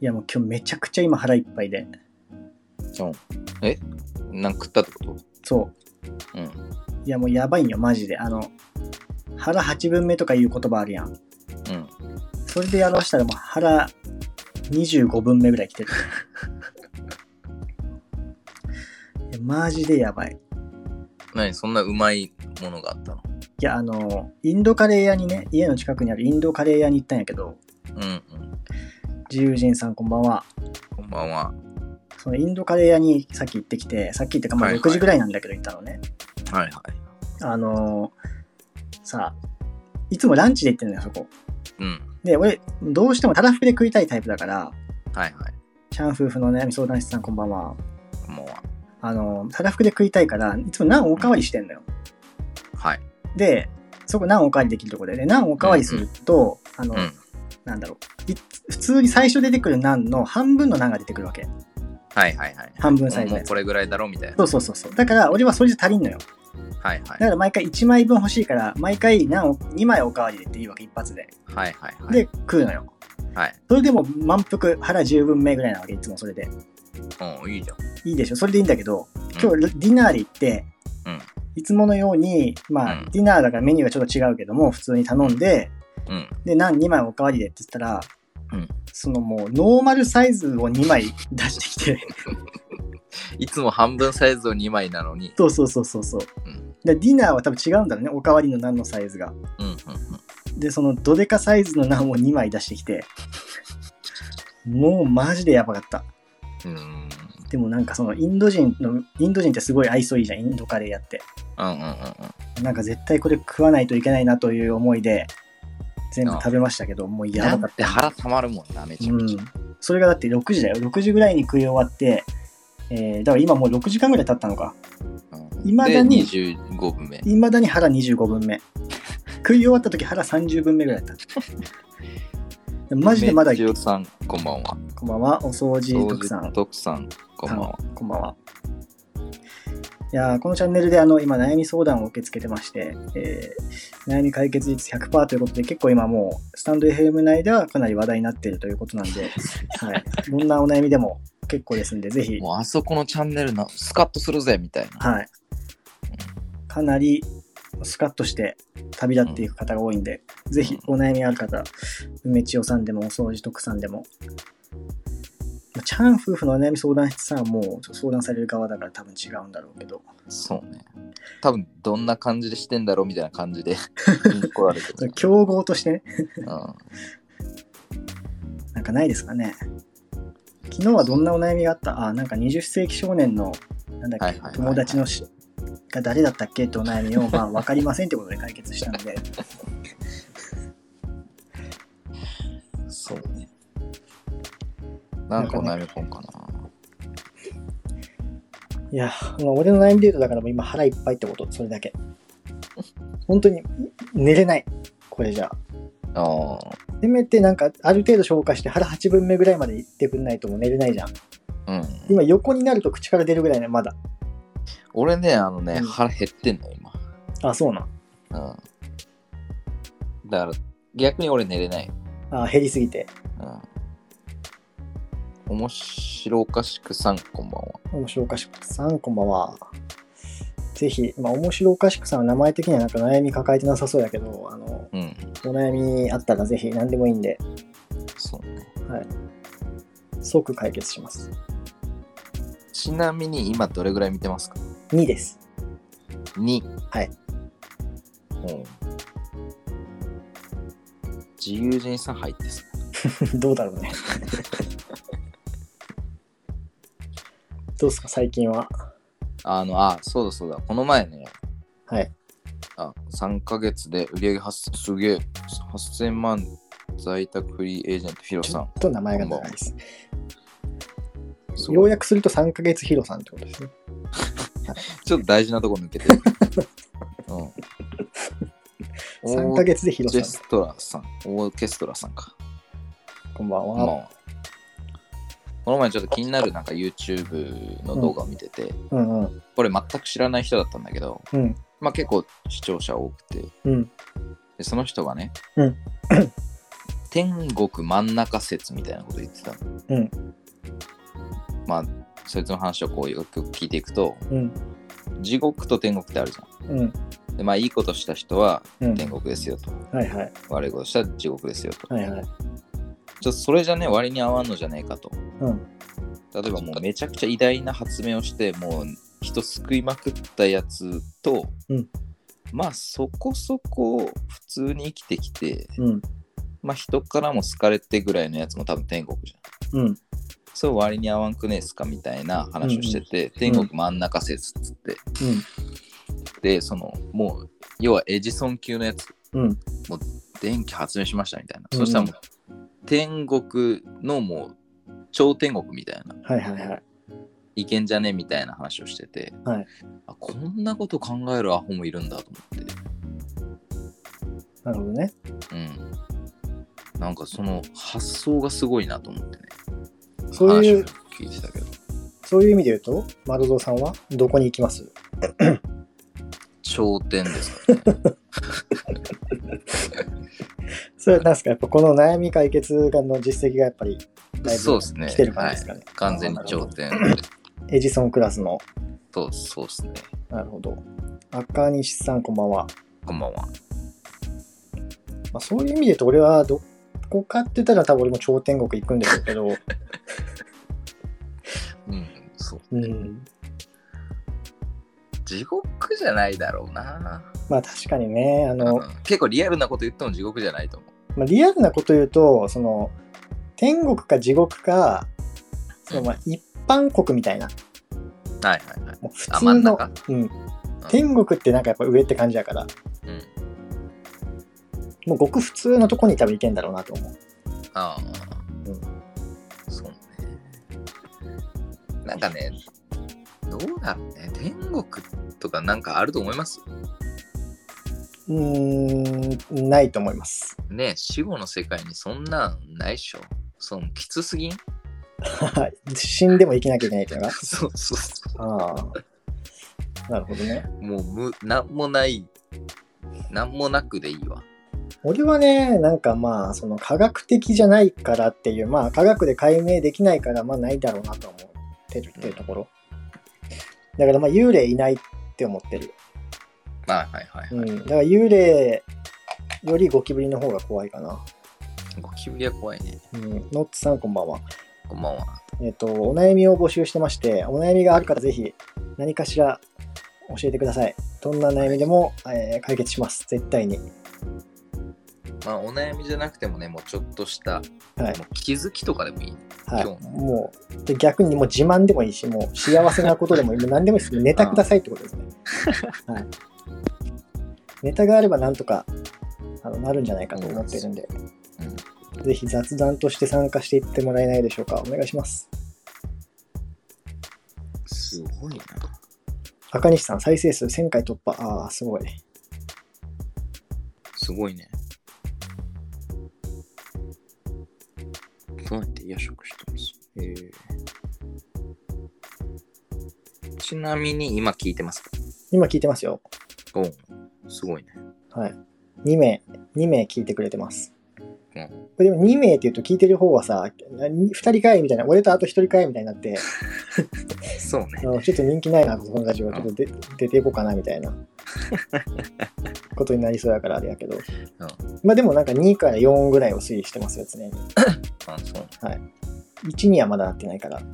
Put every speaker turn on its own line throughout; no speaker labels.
いやもう今日めちゃくちゃ今腹いっぱいで。
えなんか食ったってこと
そう。
うん。
いやもうやばいんよ、マジで。あの、腹8分目とかいう言葉あるやん。
うん。
それで表したらもう腹25分目ぐらい来てる。 いやマジでやばい。
何そんなうまいものがあったの
いや、あの、インドカレー屋にね、家の近くにあるインドカレー屋に行ったんやけど、
うんうん。
自由人さんこんばんは。
こんばんは。
そのインドカレー屋にさっき行ってきて、さっきっていうかまあ
はいはい
6時ぐらいなんだけど行ったのね。
はいはい。
あのさあ、いつもランチで行ってるのよ、そこ。
うん。
で、俺、どうしてもたらふくで食いたいタイプだから、
はいはい。
ちゃん夫婦の悩み相談室さんこんばんは。
こんばんは。
あのたらふくで食いたいから、いつもナンおかわりしてんのよ。
はい。
で、そこナンおかわりできるところで、でナンおかわりすると、あの、
うん。
なんだろうい普通に最初出てくるナンの半分のナンが出てくるわけ。
はいはいはい。
半分サイズの
もう
やつ
こ。れぐらいだろみたいな。
そうそうそうそう。だから、俺はそれじゃ足りんのよ。
はいは
だ
い。
から毎回1枚分欲しいから、毎回ナンを2枚おかわりでっていいわけ、一発で。
はいはいはい。
で、食うのよ。
はい。
それでも満腹腹十分目ぐらいなわけいつもそれで
うん、いいじゃん。
いいでしょそれでいいんだけど今
うん
日ディナーで行って、
うん
いつものようにまあ、
うん
ディナーだからメニューがちょっと違うけども普通に頼んで、
うん。
で何2枚おかわりでって言ったら、
うん
そのもうノーマルサイズを2枚出してきて
いつも半分サイズを2枚なのに。
そうそうそうそうそう
うん。
でディナーは多分違うんだろうねおかわりの何のサイズが
うんうんうん。
でそのドデカサイズの何を2枚出してき てもうマジでやばかった
うーん。
でもなんかそのインド人のインド人ってすごい愛想いいじゃんインドカレーやって
うんうんうんうん。
なんか絶対これ食わないといけないなという思いで全部食べましたけどもう
な
やば
ん
かって
腹たまるもんな、め
た、
ちゃ
う
めち
ん、それがだって6時だよ6時ぐらいに食い終わって、えーだから今もう6時間ぐらい経ったのか
ゃ。
未だに
で25分目。
いまだに腹25分目食い終わった時腹30分目ぐらいだった マジでまだ
めちよさん、こんばんは。
こんばんはお掃除徳さん
徳さん、こんばんは。
こんばんは。いやーこのチャンネルであの今悩み相談を受け付けてまして、えー悩み解決率100%ということで結構今もうスタンド FM 内ではかなり話題になっているということなんで、 はい、どんなお悩みでも結構ですんでぜひ、
もうあそこのチャンネルな、スカッとするぜ、みたいな。
はい、かなりスカッとして旅立っていく方が多いんで、ぜひお悩みある方梅千代さんでもお掃除徳さんでも。まあチャン夫婦のお悩み相談室さんはもう相談される側だから多分違うんだろうけど、
そうね。多分どんな感じでしてんだろうみたいな感 じで来られてる。
競合としてね、
うん
なんかないですかね。昨日はどんなお悩みがあったあ、なんか20世紀少年の、なんだっけ、
はいはいはいはい
友達のしが誰だったっけってお悩みを、まあ、わかりませんってことで解決したので、
そうね。なんかお悩み込んか
いや、もう俺の悩みで言うと、だからもう今腹いっぱいってこと、それだけ。 本当に寝れない、これじゃあ。
な。ああ。
せめてなんか、ある程度消化して腹8分目ぐらいまでいってくんないともう寝れないじゃん。
うん。
今横になると口から出るぐらいね、まだ。
俺ね、あのね、
うん
腹減ってんの、今。
あ、そうなん。
うん。だから、逆に俺寝れない。
あ、減りすぎて。
うん。面白おかしくさん、こんばんは。
面白おかしくさん、こんばんは。ぜひ、まあ、面白おかしくさんは名前的にはなんか悩み抱えてなさそうやけど、あの、
うん。
お悩みあったらぜひ何でもいいんで、
そうね。
はい。即解決します。
ちなみに今どれぐらい見てますか
2です。
に
はい
うん自由人さん入ってさ
どうだろうね。どうっすか、最近は。
あのあそうだそうだこの前ね
はい。
あ3ヶ月で売り上げ8すげえ8000万在宅フリーエージェントヒロ
ち
さ
ょ
ん
っと名前が長いです。
す
よ
ご
う
い
やくすると3ヶ月ヒロさんってことですね。
ちょっと大事なとこ抜 けてる、うん、
3ヶ月でヒ
オ
ロ
ー
さ
ケ
ん。
ストラさんオーケストラさんか
こんばんは。
まあこの前ちょっと気になるなんか YouTube の動画を見てて、
うんうん。
これ全く知らない人だったんだけど、
うん。
まあ、結構視聴者多くて
うん。
でその人がね、
うん
天国真ん中説みたいなこと言ってたの。
うん
まあ、そいつの話をこうよく聞いていくと、
うん
地獄と天国ってあるじゃ
うん
ん。で、まあ、いいことした人は
うん
天国ですよと。
はいはい
悪いことしたら地獄ですよと。
はいはい
ちょっとそれじゃね、割に合わんのじゃねえかと。
うん
例えばもうめちゃくちゃ偉大な発明をしてもう人救いまくったやつと、
うん
まあそこそこ普通に生きてきて、
うん
まあ人からも好かれてぐらいのやつも多分天国じゃん。
うん
そう割に合わんくねえっすかみたいな話をしてて、天国真ん中説っつって、でそのもう要はエジソン級のやつ
うんうん
電気発明しましたみたいな、
うん
そしたらもう天国のもう超天国みたいな
はいはいはい
いけんじゃねみたいな話をしてて、
はい
あこんなこと考えるアホもいるんだと思って、
なるほどね
うん、なんかその発想がすごいなと思ってね
そういう
話を聞いてたけど
そういう意味で言うと丸蔵さんはどこに行きます
頂点ですからね
それはなんですかやっぱこの悩み解決の実績がやっぱりだいぶ
そうですね
来てる感じですかね
はい、完全に頂点です
エジソンクラスの
そうそうですね
なるほど赤西さんこんばんは、
こんばんは
まあ、そういう意味で言うと俺はどこかって言ったら多分俺も超天国行くんですけど
うん そう
うん
地獄じゃないだろうな
まあ確かにねあの、
うん結構リアルなこと言っても地獄じゃないと思う
まあ、リアルなこと言うとその天国か地獄かそのまあ一般国みたいな
はいはいはい
もう普
あ
通
真ん
の
中、
うん、天国ってなんかやっぱ上って感じだから
うん
もうごく普通のとこに多分行けんだろうなと思う
ああ、
う
そうね。なんかね、どうだろうね。天国とかなんかあると思います
うーんないと思います
ねえ死後の世界にそんなんないっしょ。そのきつすぎん
はい死んでも生きなきゃいけないっていうのが
そうそうそ
ああなるほどね
う。もうむ、なんもない、なんもなくでいいわ。
俺はねなんかまあその科学的じゃないからっていうまあ科学で解明できないからまあないだろうなと思ってるっていうところ、だからまあ幽霊いないって思ってる、
まあ、はいはいうは
ん、
い。
だから幽霊よりゴキブリの方が怖いかな、
ゴキブリは怖いね。
うん、ノッツさんこんばんは
こんばんは。
えっ、とお悩みを募集してましてお悩みがある方ぜひ何かしら教えてくださいどんな悩みでも、えー解決します絶対に
まあ、お悩みじゃなくてもね、もうちょっとした、
はい
もう気づきとかでもいい、ね。
はい、
今日の
もうで逆にもう自慢でもいいし、もう幸せなことでもいい、もう何でもいいです。ネタくださいってことですね。はい、ネタがあればなんとかあのなるんじゃないかと思ってるんで、
うん
ぜひ雑談として参加していってもらえないでしょうか。お願いします。
すごいな。
赤西さん、再生数1000回突破。ああ、すごい。
すごいね。どうやって夜食してますえーちなみに今聞いてますか
今聞いてますよ。
おうすごいね。
はい。2名、2名聞いてくれてます。
うん
これでも2名って言うと聞いてる方はさ、2人かいみたいな、俺とあと1人かいみたいになって、
そう
あ
ね。
のちょっと人気ないな、このラジオ。ちょっとで出ていこうかな、みたい なことになりそうやからあれやけど。まあでもなんか2から4ぐらいを推移してますよ、常に。
あそう
1にはまだなってないから。
うん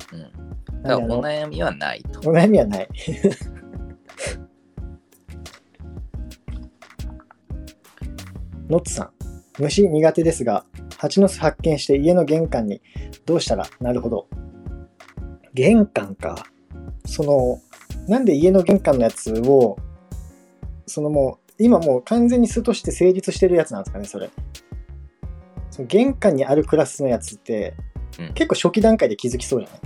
だ
なんであ
からお
の
悩みはないと。
お悩みはない。 ノッツさん、虫苦手ですが、蜂の巣発見して家の玄関にどうしたらなるほど。玄関か。その、なんで家の玄関のやつを、そのもう、今もう完全に巣として成立してるやつなんですかね、それ。その玄関にあるクラスのやつって、
うん
結構初期段階で気づきそうじゃない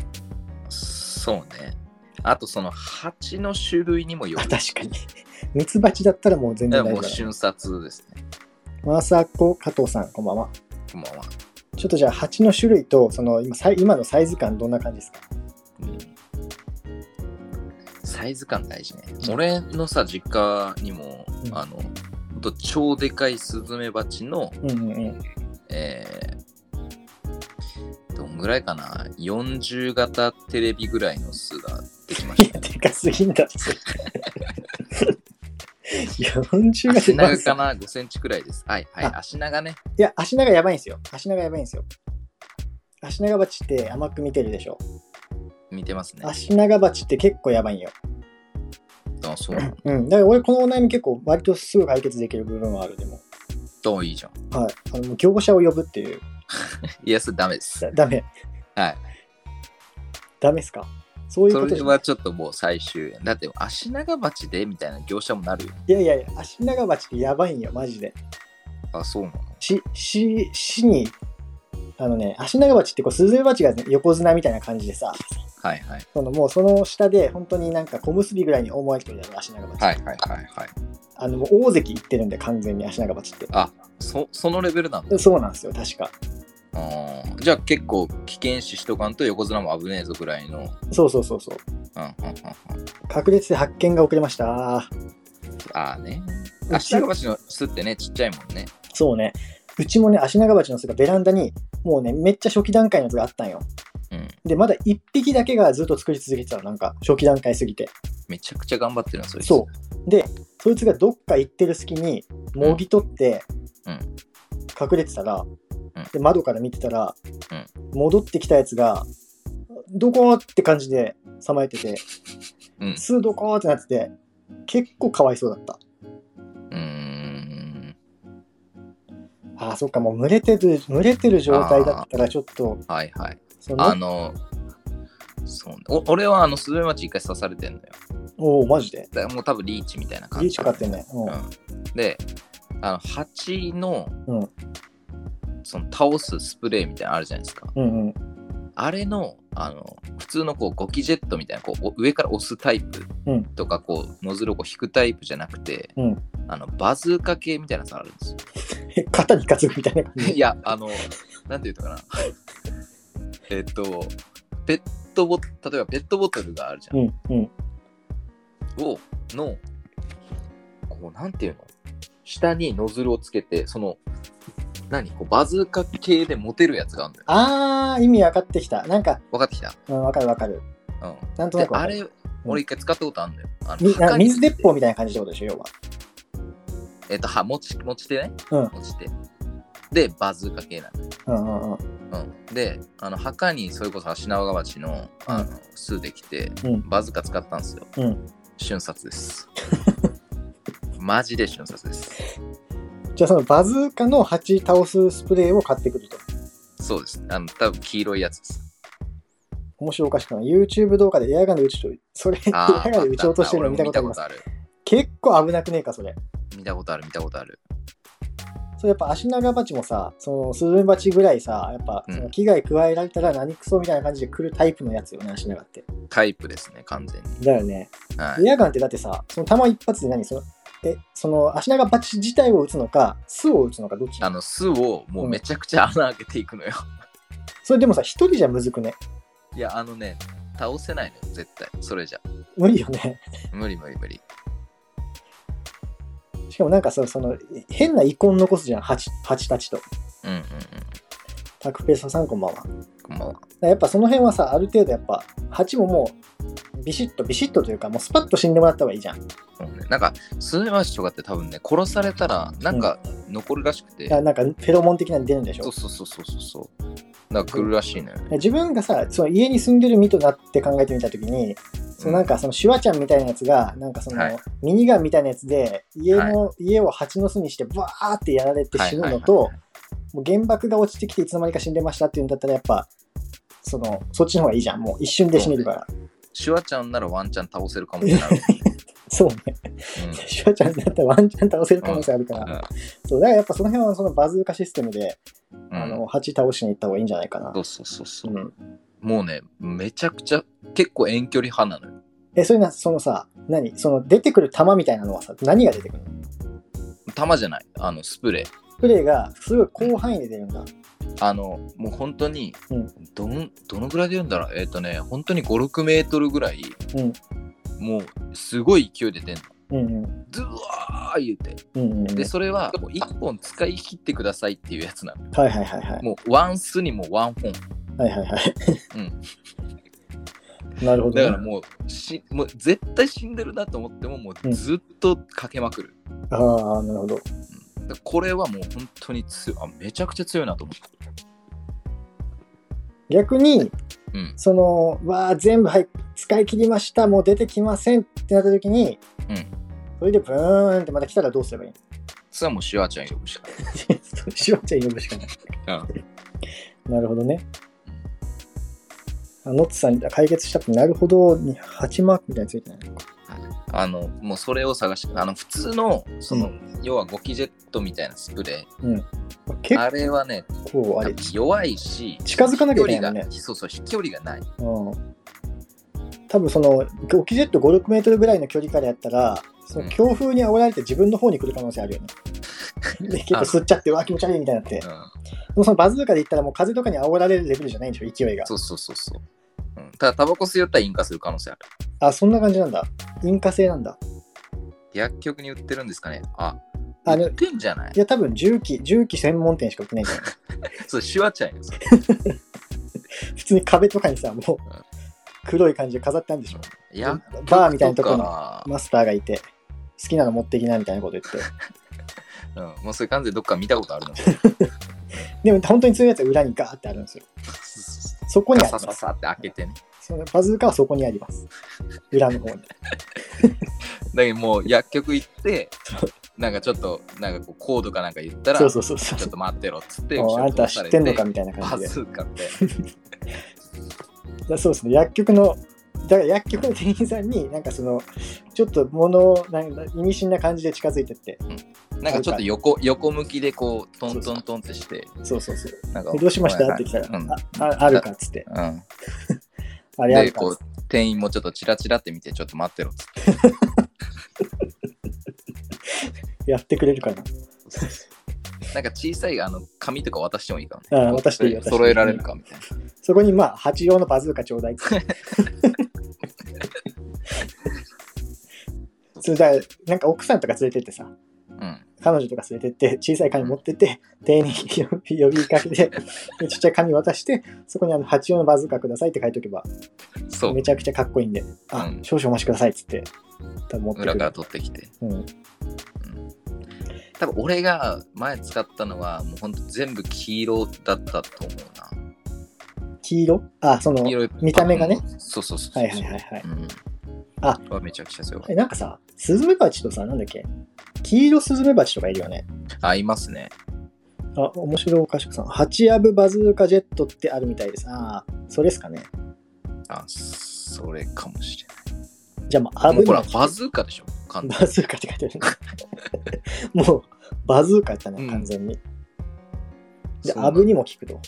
そうね。あとその蜂の種類にもよ
あ
る。
確かに。ミツバチだったらもう全
だ
然大
から
丈
も
夫
う
だろ
瞬殺ですね。
う。マーサーコ加藤さん、こんばんは。
こんばんは。
ちょっとじゃあ、蜂の種類と、その今さい今のサイズ感、どんな感じですか
うんサイズ感大事ね。俺のさ、実家にも、
うん
あの、ほんと超でかいスズメバチの、
うんうんうん。
えーどんぐらいかな40型テレビぐらいの数ができま
い
し
や、
たね。
でかすぎんだって。40が
足
でか
長
い
かな5センチくらいです。はいはい。
あ
足長ね。
いや、足長やばいんですよ。足長やばいんですよ。足長鉢って甘く見てるでしょ。
見てますね。
足長鉢って結構やばいんよ。
あそうなん
うん。だから俺、このお悩み結構割とすぐ解決できる部分はある、でも。
だ。いいじゃん。
はい。あの、もう業者を呼ぶっていう。
いや、それダメです。
だダメ。
はい。
ダメっすかそういう
そ
こと
れ
じゃない
はちょっともう最終だって足長鉢でみたいな業者もなるよ。
いやいやいや、足長鉢ってやばいんよ、マジで。
あ、そうなの
し、し、しに、あのね、足長鉢ってこう、スズメバチがね横綱みたいな感じでさ、
はいはい。
そのもうその下で本当になんか小結びぐらいに思われてるじゃん足長鉢、
はいはいはいはい。
あのもう大関いってるんで完全に足長鉢って
あ、そそのレベルなんだ。
でそうなんですよ確か
あーじゃあ結構危険視しとかんと横綱も危ねえぞぐらいの。うんうん
そうそうそうそう
うんうん。
確率で発見が遅れました
ああね。
う
足
ち
長鉢の巣ってね、ちっちゃいもんね。
そうねうちもね足長鉢の巣がベランダにもうねめっちゃ初期段階のやつがあったんよ
うん。
でまだ1匹だけがずっと作り続けてたのなんか初期段階すぎて
めちゃくちゃ頑張ってるな、そいつ
そうでそいつがどっか行ってる隙にもぎ取って、
うん
隠れてたら、
ん
で窓から見てたら、戻ってきたやつが「どこ?」って感じでさまよってて
うん。
「
う
すーどこ?」ってなってて結構かわいそうだった
ーん。
あーそっかもう群れてる群れてる状態だったらちょっと
はいはい。
そ
あ
の
の、そうお俺はあのスズメバチ一回刺されてんのよ。
おおマジで
だからもう多分リーチみたいな感じ。
リーチかかってんね、うん
うんであの蜂の,、
うん
その倒すスプレーみたいなのあるじゃないですか
うんうん
あれのあの普通のこうゴキジェットみたいなこうお上から押すタイプ
うん
とか、こうノズルをこう引くタイプじゃなくて、
うん
あのバズーカ系みたいなやつあるんですよ
え肩に担ぐみたいな感じ
いやあのなんていうのかなえっとペットボ例えばペットボトルがあるじゃん
うんうん
をのこうなんていうの下にノズルをつけてその何こうバズーカ系で持てるやつがあるんだよ
あー意味分かってきたなんか、
分かってきた
うん、分かる分かる
うん
なんと
で
なく分
あ
かる
れ俺一回使ったことあるんだよあ
み
の
な
墓に
水鉄砲みたいな感じってことでしょ要は
えっとは持ち持ち手ね、
うん
持ち手でバズーカ系なんだよ、
うんうんうん
うん、であの墓にそれこそ足長町のあの巣できて、
うん
バズーカ使ったんですよ、
うん
瞬殺ですマジで瞬殺です
じゃあそのバズーカの蜂倒すスプレーを買ってくると
そうですあの多分黄色いやつです
面白おかしくない YouTube 動画でエアガンで撃ちとそれ エ
あ
アガンで撃ち落としてるの見たことあります
ある。
結構危なくねえかそれ
見たことある、見たことある。
それやっぱ足長バチもさそのスズメバチぐらいさやっぱ
うん
その危害加えられたら何クソみたいな感じで来るタイプのやつよね足長って
タイプですね、完全に。
だよね
はい。
エアガンってだってさその弾一発で何そのえその足長バチ自体を撃つのか巣を撃つのかどっち
あの巣をもうめちゃくちゃ穴開けていくのよ。
それでもさ一人じゃむずくね
いや、あのね、倒せないのよ、絶対。それじゃ。
無理よね
無理無理無理。
しかもなんかさ、その、変な遺恨残すじゃん、蜂蜂たちと。
うんうんうん。
タクペソさんこんばんは。
こんばんは。
やっぱその辺はさ、ある程度やっぱ、蜂ももう、ビシッとビシッとというか、もうスパッと死んでもらった方がいいじゃん。
そうねなんか、スズメバチとかって多分ね、殺されたら、なんか残るらしくて。
あなんか、フェロモン的なの出るんでし
そう
ょ。
そうそうそうそうそう。なんか来るらしいのよね。
自分がさ、その家に住んでる身となって考えてみたときに、そのなんかそのシュワちゃんみたいなやつが、なんかその、
はい
ミニガンみたいなやつで、家の、家を蜂の巣にして、バーってやられて
はい
死ぬの
はい
と
はい、
もう原爆が落ちてきていつの間にか死んでましたっていうんだったら、やっぱ、その、そっちの方がいいじゃん。もう一瞬で死ねるから。
シュワちゃんならワンチャン倒せるかもしれない。
そうね。シュワちゃんだったらワンチャン倒せる可能性あるか
う
ら。
んうん
そう、だからやっぱその辺はそのバズーカシステムで、
うん
あの、蜂倒しに行った方がいいんじゃないかな
そ。うそうそうそう。
うん。
もうね、めちゃくちゃ、結構遠距離派なのよ。
え、それな、そのさ、何その出てくる弾みたいなのはさ、何が出てくるの
玉じゃないあのスプレー
スプレーがすごい広範囲で出るんだ。
あのもう本当に
うん
どんどのぐらい出るんだろうえっ、とね本当に56メートルぐらい、
うん
もうすごい勢いで出んの
うんうん。
ズワわー言うて。
うんうんうん。
で、それはもう1本使い切ってくださいっていうやつなの。
はいはいはいはい。
もうワンスにもワン本。
はいはいはい。
う ん。
なるほど
だ
ね。
からもうし、もう絶対死んでるなと思っても、もうずっとかけまくる。
ああ、なるほど。
だからこれはもう本当に強い。あ、めちゃくちゃ強いなと思って。
逆に、
うん
その、わあ、全部、はい、使い切りました、もう出てきませんってなった時に、
うん
それでブーンってまた来たらどうすればいい
それはもうシュワちゃん呼ぶしかない。
しわちゃん呼ぶしかない。
うん
なるほどね。あノッツさん、解決したって、なるほどに、8マークみたいについてないのか。
あの、もうそれを探して、あの、普通の、そうの、要はゴキジェットみたいなスプレー。
結
あれはね、
構あ
多
れ
分。弱いし、
近づかなきゃいけないもんね
飛距離がそうそう、飛距離がない。
うん多分そのゴキジェット56メートルぐらいの距離からやったらその強風に煽られて自分の方に来る可能性あるよね。で結構吸っちゃってうわ気持ち悪いみたいになってで
うん
もそのバズーカで言ったらもう風とかに煽られるレベルじゃないんでしょ勢いが
そうそうそうそう。うん、ただ、タバコ吸いよったら引火する可能性ある。
あそんな感じなんだ引火性なんだ
薬局に売ってるんですかねあ、
あの
売ってんじゃない
いや多分重機重機専門店しか売ってないんじゃない
そう、シュワちゃんよ。それ
普通に壁とかにさもう
うん
黒い感じで飾ってあるんでしょ
薬局とか
バーみたいなとこに
う
マスターがいて好きなの持ってきなみたいなこと言って
ん、もうそれ完全にどっか見たことあるの。
でも本当に強いやつは裏にガーってあるんですよそこに
ガ
あり
サ
ます
ササって開けてね。
そのバズーカはそこにあります。裏の方に。
だけどもう薬局行 って、なんかちょっと、なんかこうコードかなんか言ったら、
そうそうそうそ
ちょっ
う。
と待ってろっつって、
もうあんた知ってんのかみたいな
バ
感じで。だか
スーカって。
らそうですね、薬局の、だから薬局の店員さんに、なんかその、ちょっと物を、なんか意味深な感じで近づいてって、
なんかちょっと横横向きでこう、トントントンってして、
そうそうそう。
なんか
でどうしましたって来たら、
うん
あああるかっつって、
うん、
あれあ
で
るか
こ
っつ
う
って。
店員もちょっとチラチラって見てちょっと待ってろっつって
やってくれるかな。
なんか小さいあの紙とか渡してもいいかもね
あ渡していい渡していい
揃えられるかみたいな
そこにまあ、八用のバズーカちょうだ いっつって。それだからなんか奥さんとか連れてってさ、
うん
彼女とか連れてって小さい紙持ってって店員に呼び呼びかけてでちっちゃい紙渡してそこにあの八音のバズーカくださいって書いとけば
そう
めちゃくちゃかっこいいんであ、
うん
少々お待ちくださいっつって多分持って
裏
く
から
る、
取ってきて
うん、
多分俺が前使ったのはもうほんと全部黄色だったと思う
黄色あその
な黄色い
見た目がね
そうそうそうそう
はいはいはいはい
うん
あ
これはめちゃくちゃ強い
えなんかさスズメバチとさなんだっけ黄色スズメバチとかいるよね
あいますね
あ面白いおかしくさんハチアブバズーカジェットってあるみたいですああそれですかね
あそれかもしれ
じゃあまあ
な
ア
いも
ブ
うほら
の
バズーカでしょ完全
バズーカって書いてある もうバズーカやった
う
ね
ん
完全に、
に
で
そうなの
アブにも効くと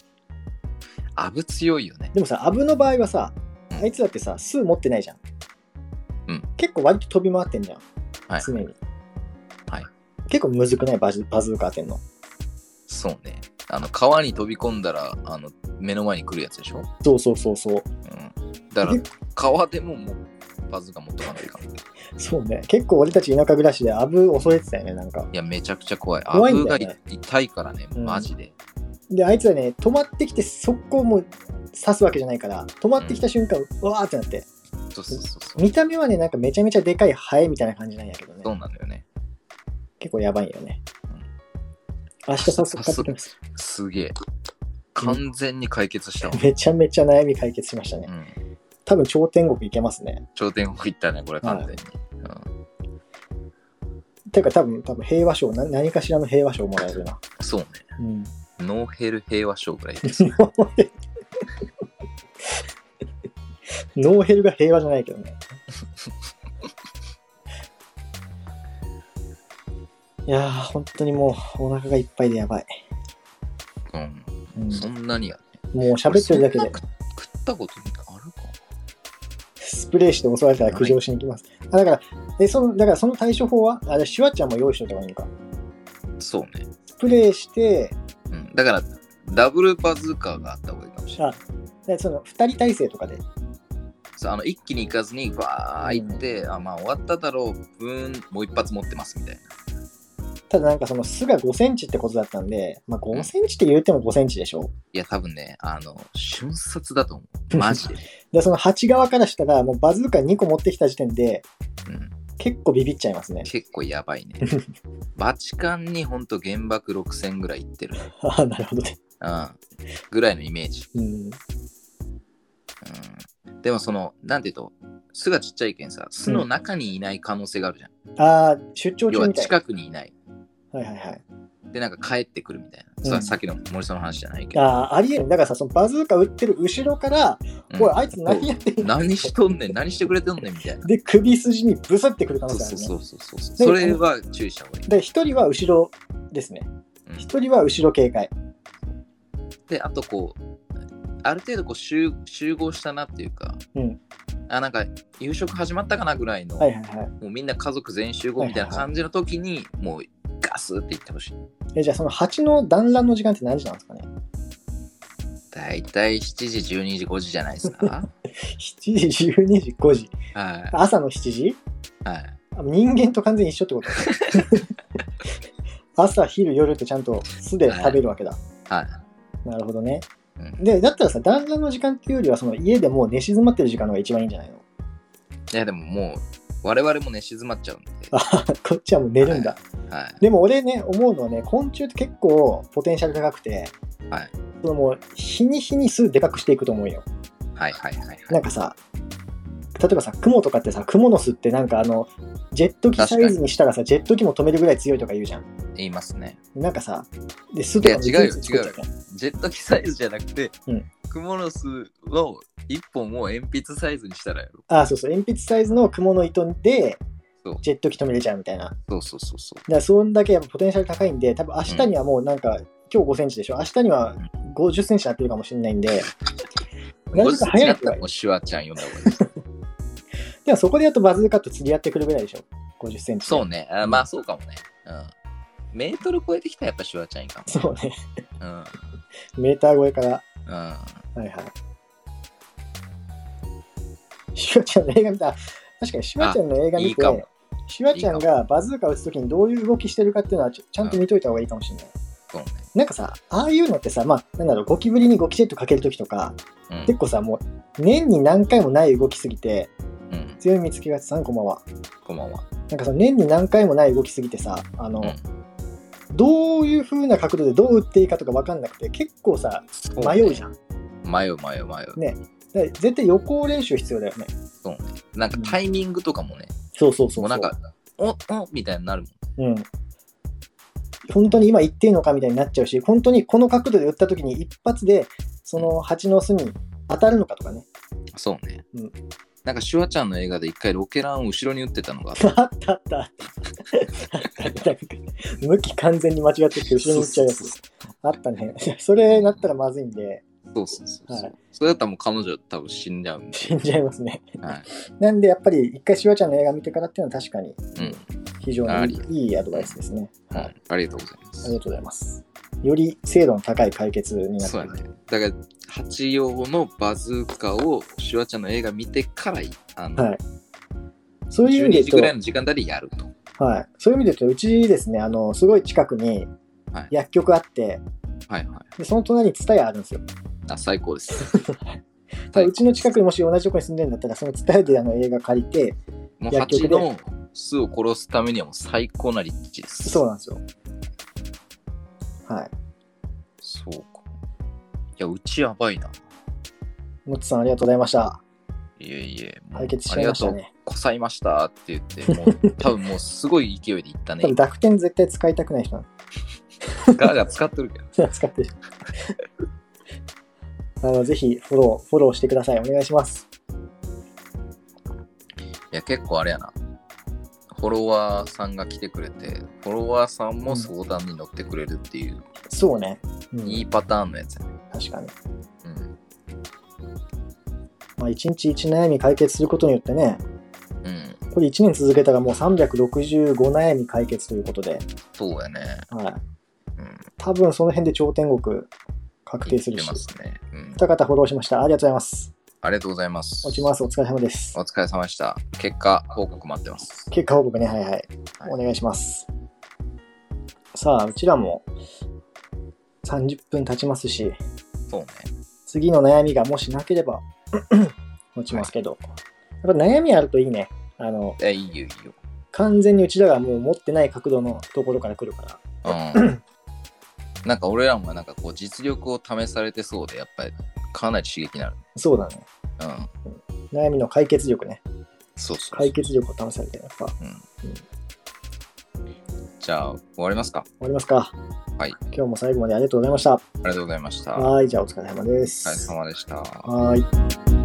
アブ強いよね
でもさアブの場合はさ
うん
あいつだってさ巣持ってないじゃん、
うん
結構割と飛び回ってんじゃん、
はい
常に、
はい
結構むずくないバズバズーカ当てんの
そうね。あの川に飛び込んだらあの目の前に来るやつでしょ、うん、
そうそうそうそう
だから川でももうバズが持っとかないかんい
そうね結構俺たち田舎暮らしでアブ恐れてたよねなんか
やめちゃくちゃ怖い。ア
怖いん
ブ
だ
が
よね
痛いからね、
うん
マジで。
であいつはね止まってきて速攻もう刺すわけじゃないから止まってきた瞬間、うわーってなって
そうそうそうそう。
見た目はねなんかめちゃめちゃでかいハエみたいな感じなんやけどね
そうなんだよね。
結構やばいよね
うん。
明日早速買ってきます。
すげえ。完全に解決したわ。
めちゃめちゃ悩み解決しました
う
ね。
ん、
多分超天国いけますね。
頂点国行ったね、これ完全に。うん、
ていうか多分、多分平和賞、な何かしらの平和賞もらえるな。
そうね。
うん。
ノーヘル平和賞ぐらいです。
ノーヘルが平和じゃないけどね。いやー、本当にもうお腹がいっぱいでやばい。
うん、
うん
そんなにやね。
もう喋ってるだけで
俺そんな食ったことあるか
スプレーして襲われたら苦情しに行きます。あだから、えそのだからその対処法は、あれ、シュワちゃんも用意しといた方がいいのか。
そうね。
スプレーして、
うん、だから、ダブルバズーカーがあった方がいいかもしれない。
あでその2人体制とかで、
そうあの一気に行かずに、バー行って、あ、まあ終わっただろう、ブーン、もう一発持ってますみたいな。
ただなんかその巣が5センチってことだったんで、まあ、5センチって言うても5センチでしょ。
いや、多分ね、あの、瞬殺だと思 う。マジで。
で、その鉢側からしたら、もうバズーカ2個持ってきた時点で、
うん、
結構ビビっちゃいます ね。
結構や ばいね。バチカンにほんと原爆6000ぐらい行ってる。
ああ、なるほどね。
うん。ぐらいのイメージ。
うん。
うん。でもその、なんていうと、巣がちっちゃいけんさ、巣の中にいない可能性があるじゃん。
ああ、出張
要
中
は
みたいな。
近くにいない。
はいはいはい。
で、なんか帰ってくるみたいな。
ん
それはさっきの森さんの話じゃないけ
あ
ど。
あ、ありえる。だからさ、そのバズーカ撃ってる後ろから、
うん
おい、あいつ何やってんの
何しとんねん、何してくれてんねんみたいな。
で、首筋にブスってくる可能
そ
性
う
あ
そ
る
う
ね。
そうそうそう。それは注意した方がいい。
で、一人は後ろですね。
うん
一人は後ろ警戒。
であとこうある程度こう集集合したなっていうか、
うん
あなんか夕食始まったかなぐらいの、
はいはいはい。
もうみんな家族全員集合みたいな感じの時に、もうガスっていってほしい
え、じゃあその蜂の団らんの時間って何時なんですかね
大体7時12時5時じゃないですか
?7 時、12時、5時。
はい
朝の7時
はい
あ人間と完全に一緒 ってこと朝、昼、夜ってちゃんと素で食べるわけだ。
はい
なるほどね。
うん
で、だったらさ、団らんの時間っていうよりは、その家でもう寝静まってる時間の方が一番いいんじゃないの
いやでももう我々もね静まっちゃうんで、
あこっちはもう寝るんだ。
はい、
でも俺ね、思うのはね、昆虫って結構ポテンシャル高くて、
はい
そのもう日に日に数でかくしていくと思うよ。
はいはいはい
なんかさ、例えばさ、クモとかってさ、クモの巣ってなんかあの、ジェット機サイズにしたらさ、ジェット機も止めるぐらい強いとか言うじゃん。
言いますね
なんかさ、で、巣とかも
いや違うよ
全部作っちゃった
ジェット機サイズじゃなくて、
うん
クモの巣を1本を鉛筆サイズにしたらやろ
あそうそう、鉛筆サイズのクモの糸で
そう、
ジェット機止めれちゃうみたいな。だか
そうそうそうそう
ら、そんだけやっぱポテンシャル高いんで、多分明日にはもうなんか、今日5センチでしょ明日には50センチになってるかもしれないんで、何か早いくらい
もうシュワちゃん呼んだ方がいいです。
でもそこでやっとバズーカと釣り合ってくるぐらいでしょ50センチで
そうね。あまあそうかもね。うん。メートル超えてきたらやっぱシュワちゃんいいか
そうね
も。うん。
メーター超えからは
うん。
いはいシュワちゃんの映画見た確かにシュワちゃんの映画
い
見
い
て
かも。
シュワちゃんがバズーカ打つときにどういう動きしてるかっていうのはちょちゃんと見といた方がいいかもしれない、
そうね。
なんかさああいうのってさまあなんだろうゴキブリにゴキジェットかけるときとか
うん
結構さもう年に何回もない動きすぎて
うん。
強い見つけがちさんこんばんは
こんばんは。
なんかその年に何回もない動きすぎてさあの、どういう風な角度でどう打っていいかとか分かんなくて結構さ迷うじゃん、
ん。迷う迷う迷う。
ねだから絶対予行練習必要だよね
なんかタイミングとかもね、
そうそうそ
も
う
うなんか、おおみたいになるもん。
うん本当に今言っていいのかみたいになっちゃうし本当にこの角度で打った時に一発でその蜂の巣に当たるのかとかね
そうね。
うん
なんかシュワちゃんの映画で一回ロケランを後ろに打ってたのがあった
あったあったあったあったなんか向き完全に間違ってて後ろに打っちゃうや
そう
つあったねそれなったらまずいんで
そうそうそうそう。
はい
それだったらもう彼女多分死んじゃうんで。
死んじゃいますね
はい。
なんでやっぱり一回しわちゃんの映画見てからって いうのは確かに
うん。
非常
あ
に
り
いいアドバイスですね。
は
はい
い、ありがとうございま
あ
す
り。がとうございます。より精度の高い解決になって
そう
る
やね。だから、八用のバズーカをシュワちゃんの映画見てから、あの、
はいそういう意
12
味
時
で
ぐ
言
らいうの時間帯でやると。
と、はい、そういう意味で言うと、うちですね、あのすごい近くに
はい
薬局あって、
はいはい。
でその隣にツタヤあるんですよ。
あ、最高です。
ただうちの近くにもし同じとこに住んでるんだったら、そのツタヤであの映画借りて、
もう
薬局で
八の巣を殺すためにはもう最高な立地です。
そう
う。
なんですよ。はい。
そうか。いや、うちやばいな。
もっちさん、ありがとうございました。
いえいえ、もう
解決しちゃいました
ありがと
ね。
うございましたって 言って、もう多分もうすごい勢いでいったね
多。分、濁点絶対使いたくない人なんで
ガーガー使ってるけど。
使 ってる。あのぜひフォロー、フォローしてください。お願いします。
いや、結構あれやな。フォロワーさんが来てくれて、フォロワーさんも相談に乗ってくれるっていう、
そうね。うん
いいパターンのやつやね。
確かに。
うん。
まあ、1日1悩み解決することによってね、
うん。
これ1年続けたらもう365悩み解決ということで、
そうやね。
はい、
うん。
多分その辺で頂天国確定する
いっ、
して
ますね。うん。
二方フォローしました。ありがとうございます。
ありがとうございます。
落ちます。お疲れ様です
お。疲れ様でした。結果報告待ってます。
結果報告ね、はいはい。
はい
お願いします。さあ、うちらも30分経ちますし、
そうね。
次の悩みがもしなければ、持ちますけど、やっぱ悩みあるといいね。あの、
え、いいよいいよ。
完全にうちらがもう持ってない角度のところから来るから。
うん。 なんか俺らもなんかこう実力を試されてそうで、やっぱりかなり刺激になる。
そうだね。
うん。
悩みの解決力ね。
そうそうそう
解決力を試されて、やっぱ。終
じゃあ終わりますか。
わりますか。
はい。
今日も最後までありがとうございました。
ありがとうございました。お疲
はい、じゃあお疲れ様です。
れ様でした。
はい。